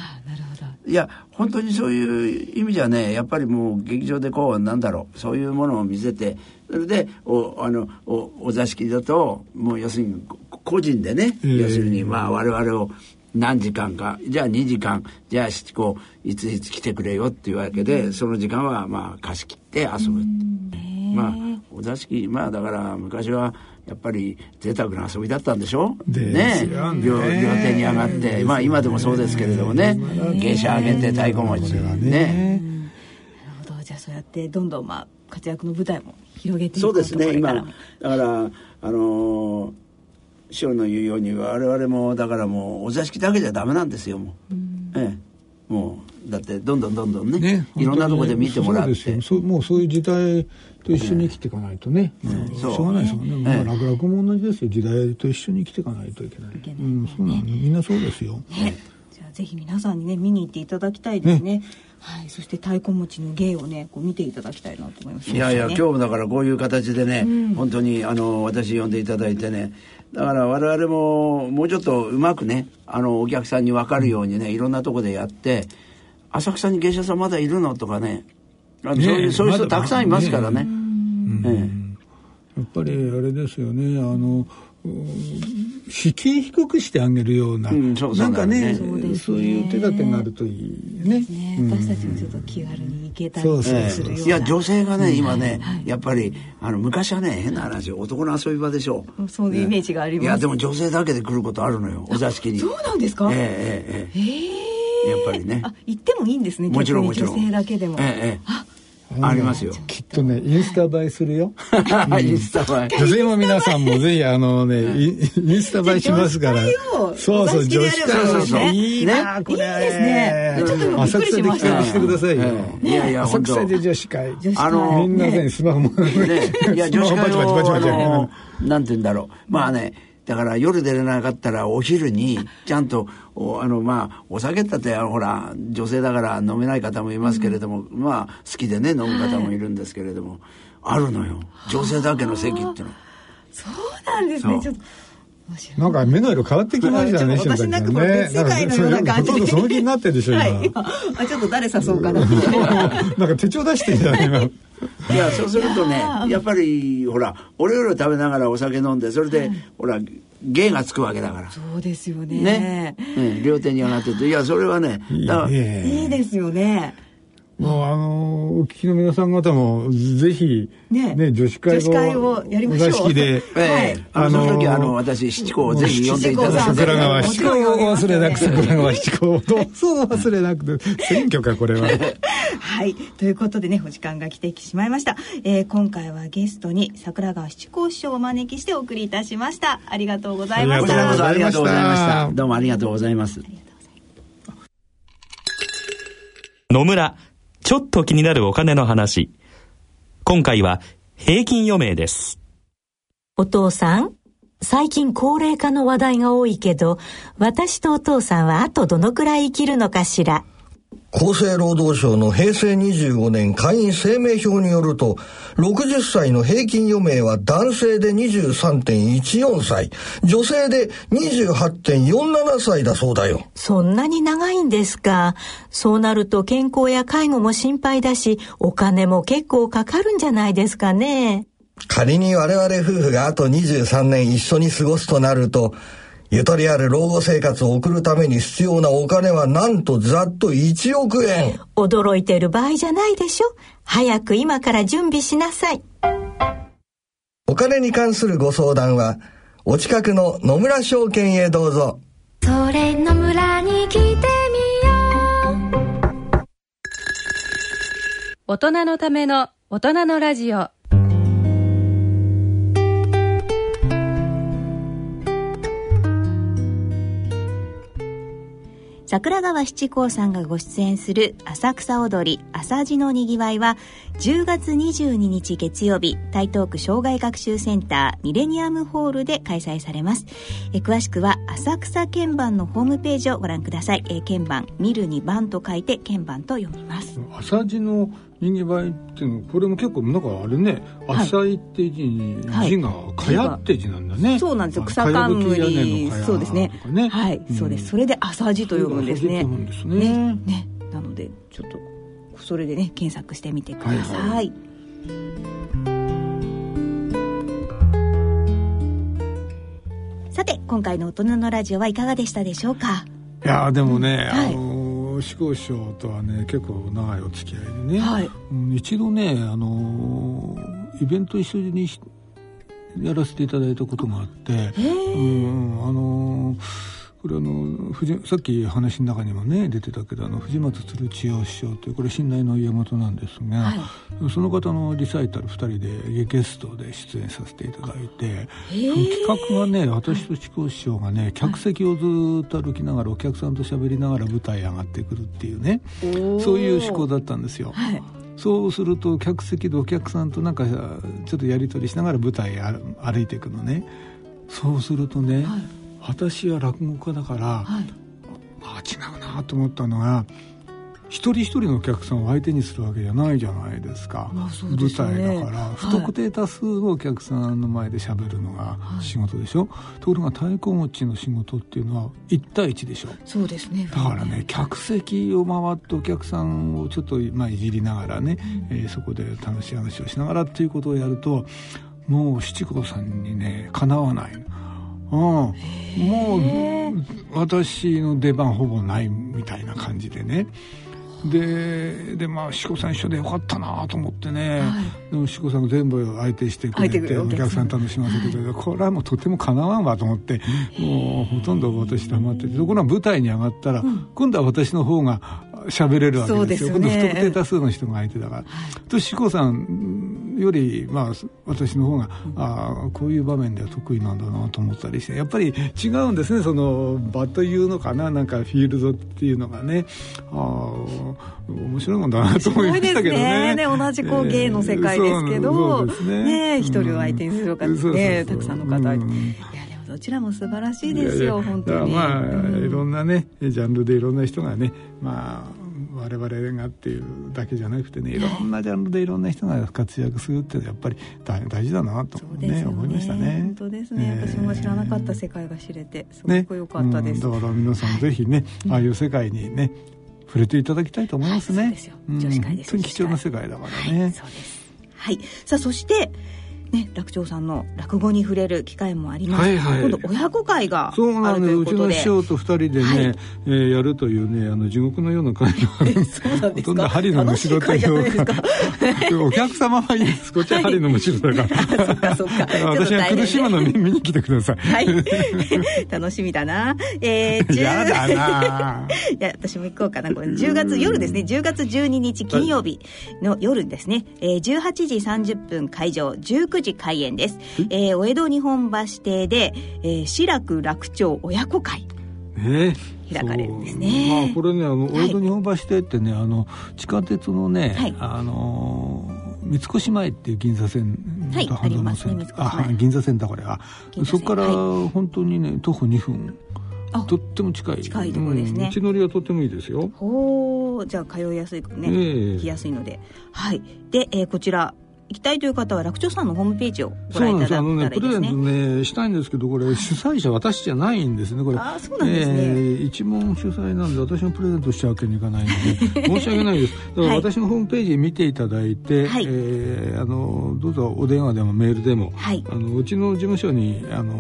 え、いや本当にそういう意味じゃねやっぱりもう劇場でこうなんだろうそういうものを見せてそれでおあのおお座敷だともう要するにこ個人でね、
ええ
要するにまあ我々を何時間かじゃあ2時間じゃあ七個いついつ来てくれよっていうわけで、その時間はまあ貸し切って遊ぶってまあお座敷まあだから昔はやっぱり贅沢な遊びだったんでしょ
です
ね
よね
両両手に上がって、まあ今でもそうですけれどもね芸者上げて太鼓持ちね
なるほど。じゃあそうやってどんどんまあ活躍の舞台も広げていこ
そう
うと
ですね
これ
今
から
だ
も
からあのー師匠の言うように我々もだからもうお座敷だけじゃダメなんですよもう、ええ、もうだってどんどんどんどんね
ね
いろんなところで見てもらっ
そう
て
ですよそうもうそういう時代と一緒に生きていかないとね、うんし
そう
ょうがないですもんね、ま
え
あ、落語も同じですよ時代と一緒に生きていかないといけないうん、そうなのみんなそうですよ、
じゃあぜひ皆さんにね見に行っていただきたいですね、はい、そして太鼓持ちの芸をねこう見ていただきたいなと思います
いやいや
ね
今日だからこういう形でね、本当にあの私呼んでいただいてねだから我々ももうちょっとうまくねあのお客さんに分かるようにねいろんなとこでやって「浅草に芸者さんまだいるの?」とかねあの
ねえ
そういうそういう人
まだ
たくさんいますからね。ええ
やっぱりあれですよねあのうん敷居低くしてあげるような、
うんそう
なんかね
そ
そうう
だ
ね
いう手立てがあるといいね
ね
うん
私たちもちょっと気軽に行けたり
そうそう
するような、
いや女性がね今ね、やっぱりあの昔はね変な話男の遊び場でしょ
うんそういうイメージがあります
いやでも女性だけで来ることあるのよお座敷に
そうなんですか
えええええ
ええ
やっぱりね
あ行ってもいいんですね
もちろんも
逆に
ちろん
女性だけでも、
ええええありますよ
きっとねインスタ映えするよ
[LAUGHS] インスタ映え
ぜひも皆さんもぜひあのねインインスタ映えしますから
じゃあ女子会を
そうそう
お座
女
敷でや
子
れば
会そうそう
ね
いいなこれ
いいですねちょっと今びっ
浅
くり
草
し
で
ました
企画してくださいよ
ええいやいや
浅
本当
草で
ね
女子会
あの
みんなねスマホも
い
[LAUGHS]
や女子会
スマホバチバチバチバチ
をあのなんて言うんだろうまあねだから夜出れなかったらお昼にちゃんとおあのまあお酒だってあのほら女性だから飲めない方もいますけれども、まあ好きでね飲む方もいるんですけれども、あるのよ女性だけの席っていうの
そうなんです
そ
ね
う
ちょっと面白い
なんか目の色変わってきましたね、
ちょっと私
新
なんか
谷
こ
さ
れ
ね
別世界のような感じ
ん
で
かそれほとんどその気になってるでしょ、今。
はい、今 [LAUGHS] あちょっと誰誘そうかな
[LAUGHS] なんか手帳出してるじゃん、今。
いやそうするとねやっぱりほらお料理を食べながらお酒飲んでそれで、ほら芸がつくわけだから
そうですよね
ね、うん両手に上がってていやそれはねだ [LAUGHS] から
いいですよね
もうあのーお聞きの皆さん方もぜひ
ね
ね女子会を
女子会をやりましょう
お座敷で
ええあの、
あのー
その時あの私七公をぜひ呼んでいただいて
七
桜川
も
七
ちろん
公を忘れなく
もちろん
桜川七公をどうぞ忘れなくて選挙かこれは
はい。ということでね、お時間が来てしまいました。えー今回はゲストに桜川七甲師匠をお招きしてお送りいたしました。ありがとうございま
こ
し
ちらこ
た。
そありがとうございまし
ありがとうございました
たどうもありがとうございます
野村、ちょっと気になるお金の話。今回は平均余命です。
お父さん、最近高齢化の話題が多いけど、私とお父さんはあとどのくらい生きるのかしら。
厚生労働省の平成25年会員声明表によると、60歳の平均余命は男性で23.14歳、女性で28.47歳だそうだよ。
そんなに長いんですか。そうなると健康や介護も心配だし、お金も結構かかるんじゃないですかね。
仮に我々夫婦があと23年一緒に過ごすとなると、ゆとりある老後生活を送るために必要なお金はなんとざっと1億円。
驚いてる場合じゃないでしょ。早く今から準備しなさい。
お金に関するご相談は、お近くの野村証券へどうぞ。
それの村に来てみよう
大人のための大人のラジオ
桜川七甲さんがご出演する浅草踊り朝地のにぎわいは10月22日月曜日台東区障害学習センターミレニアムホールで開催されますえ詳しくは浅草鍵盤のホームページをご覧くださいえ鍵盤見るに番と書いて鍵盤と読みます
朝地の人気映えっていうのこれも結構なんかあれね浅いって字に
はい
字がかやって字なんだね
そうなんですよ。
あの
草
茅葺き屋根
冠
の茅。
そうですね
とか。ね
はい、
ん
そうです。それで朝地と呼ぶんですね
そう。だそうだそうだと
ね
思うんですね
ね。なので、ちょっと、それでね、検索してみてください。
はい
さて今回の大人のラジオはいかがでしたでしょうか
いやーでもね、
はい
あのー志功師匠とはね結構長いお付き合いでね、
はい
うん一度ねあのーイベント一緒にしやらせていただいたことがあって、うんあのーこれあの藤さっき話の中にもね出てたけどあの藤松鶴千代師匠というこれ信頼の家元なんですが、その方のリサイタル2人でゲストで出演させていただいて、企画がね私と志功師匠がね客席をずっと歩きながらお客さんと喋りながら舞台上がってくるっていうねそういう趣向だったんですよ。そうすると客席でお客さんとなんかちょっとやり取りしながら舞台歩いていくのねそうするとね、はい、私は落語家だから、はい、あ違うなと思ったのが一人一人のお客さんを相手にするわけじゃないじゃないですか、まあね、舞台だから不特定多数のお客さんの前でしゃべるのが仕事でしょ、はい、ところが太鼓持ちの仕事っていうのは1対1でしょ
そうですね
だからね客席を回ってお客さんをちょっと、まあ、いじりながらね、うん、えー、そこで楽しい話をしながらっていうことをやるともう七五三にねかなわないうん、もう私の出番ほぼないみたいな感じでねででまあ志子さん一緒でよかったなと思ってね、はい、でも志子さんが全部相手してくれてお客さん楽しませてくれて、はい、これはもうとてもかなわんわと思ってもうほとんど私黙っててところが舞台に上がったら、うん、今度は私の方が喋れるわけですよ、ね、今度不特定多数の人が相手だから。はい、と志子さんより、まあ、私の方が、うん、あこういう場面では得意なんだなと思ったりしてやっぱり違うんですねその場というのかななんかフィールドっていうのがねあ面白いもんだなと思いましたけどね
ね同じこう芸の世界ですけど、ね一人を相手にする方ね、たくさんの方、いやでもどちらも素晴らしいですよ本当に
まあ、いろんなねジャンルでいろんな人がねまあ我々がっていうだけじゃなくてねいろんなジャンルでいろんな人が活躍するってやっぱり大事だなと、ねね、思いましたね
本当ですね、えー、私も知らなかった世界が知れてすごく良かったです、
ね、だから皆さんぜひね、ああいう世界にね触れていただきたいと思いますね。はい、
す女子会です。
うん、貴重な世界だからね。はい、
そうです。はい。さあそして。ね、楽長さんの落語に触れる機会もあります、はいはい、今度親子会が
そうなん
です
うちの師匠と二人でね、はい、えー、やるというねあの地獄のような会があ
[LAUGHS]
るほとんど針のむしろというか [LAUGHS] お客様はいいですこっちは針のむし
[LAUGHS]
ろだから [LAUGHS] 私が苦しむの見見に来てください、
はい、
[LAUGHS]
楽しみだなえー、
やだ
[LAUGHS] ないや私も行こうかなこれ10月夜ですね10月12日金曜日の夜ですね、えー、18時30分会場19 19時開演です、えー、お江戸日本橋邸で、えー、志らく楽町親子会
ええ
開かれるんですね、
まあ、これねあの、お江戸日本橋邸ってね、はい、あの地下鉄のね、はい、あの三越前っていう銀座線
はいありますね
あ銀座線だこれはそこから本当にね徒歩2分、とっても近い
近いところですね、
道のりはとってもいいですよ
ほうじゃあ通いやすいね、えー、来やすいのではいで、えー、こちら行きたいという方は楽長さんのホームページをご覧いただい
ねプレゼントねしたいんですけどこれ主催者私じゃないんですねこれ
あそうなんですね、え
ー、一問主催なんで私もプレゼントしちゃうわけにいかないので申し
[LAUGHS]
訳ないですだから私のホームページ見ていただいて、はい、えー、あのどうぞお電話でもメールでも、はい、あのうちの事務所にあの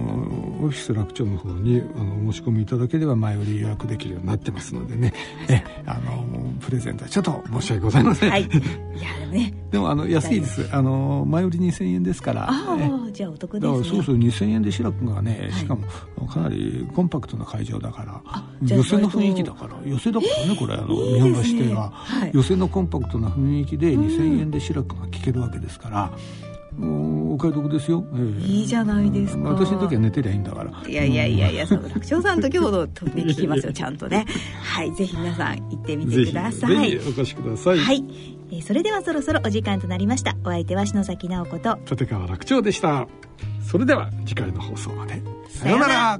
オフィス楽長の方にあのお申し込みいただければ前より予約できるようになってますの
[LAUGHS]
でねえあのプレゼントはちょっと申し訳ございません、はい、いや
[LAUGHS] でもね
でもあの安いですあの前売り2000円ですか
あ
ら
あ、じゃあお得ですね
そうそう2000円で志らくがね、しかもかなりコンパクトな会場だから寄せの雰囲気だから寄せだからねこれあの日本橋店は、寄せのコンパクトな雰囲気で2000円で志らくが聴けるわけですから。お買い得ですよ、
いいじゃないですか、
私の時は寝てりゃいいんだから
いやいやいやいや、その楽勝さんの時ほど、ね、聞きますよちゃんとねはいぜひ皆さん行ってみてください
ぜひお越しください、
はいえー、それではそろそろお時間となりましたお相手は篠崎直子と
立川楽長でしたそれでは次回の放送までさようなら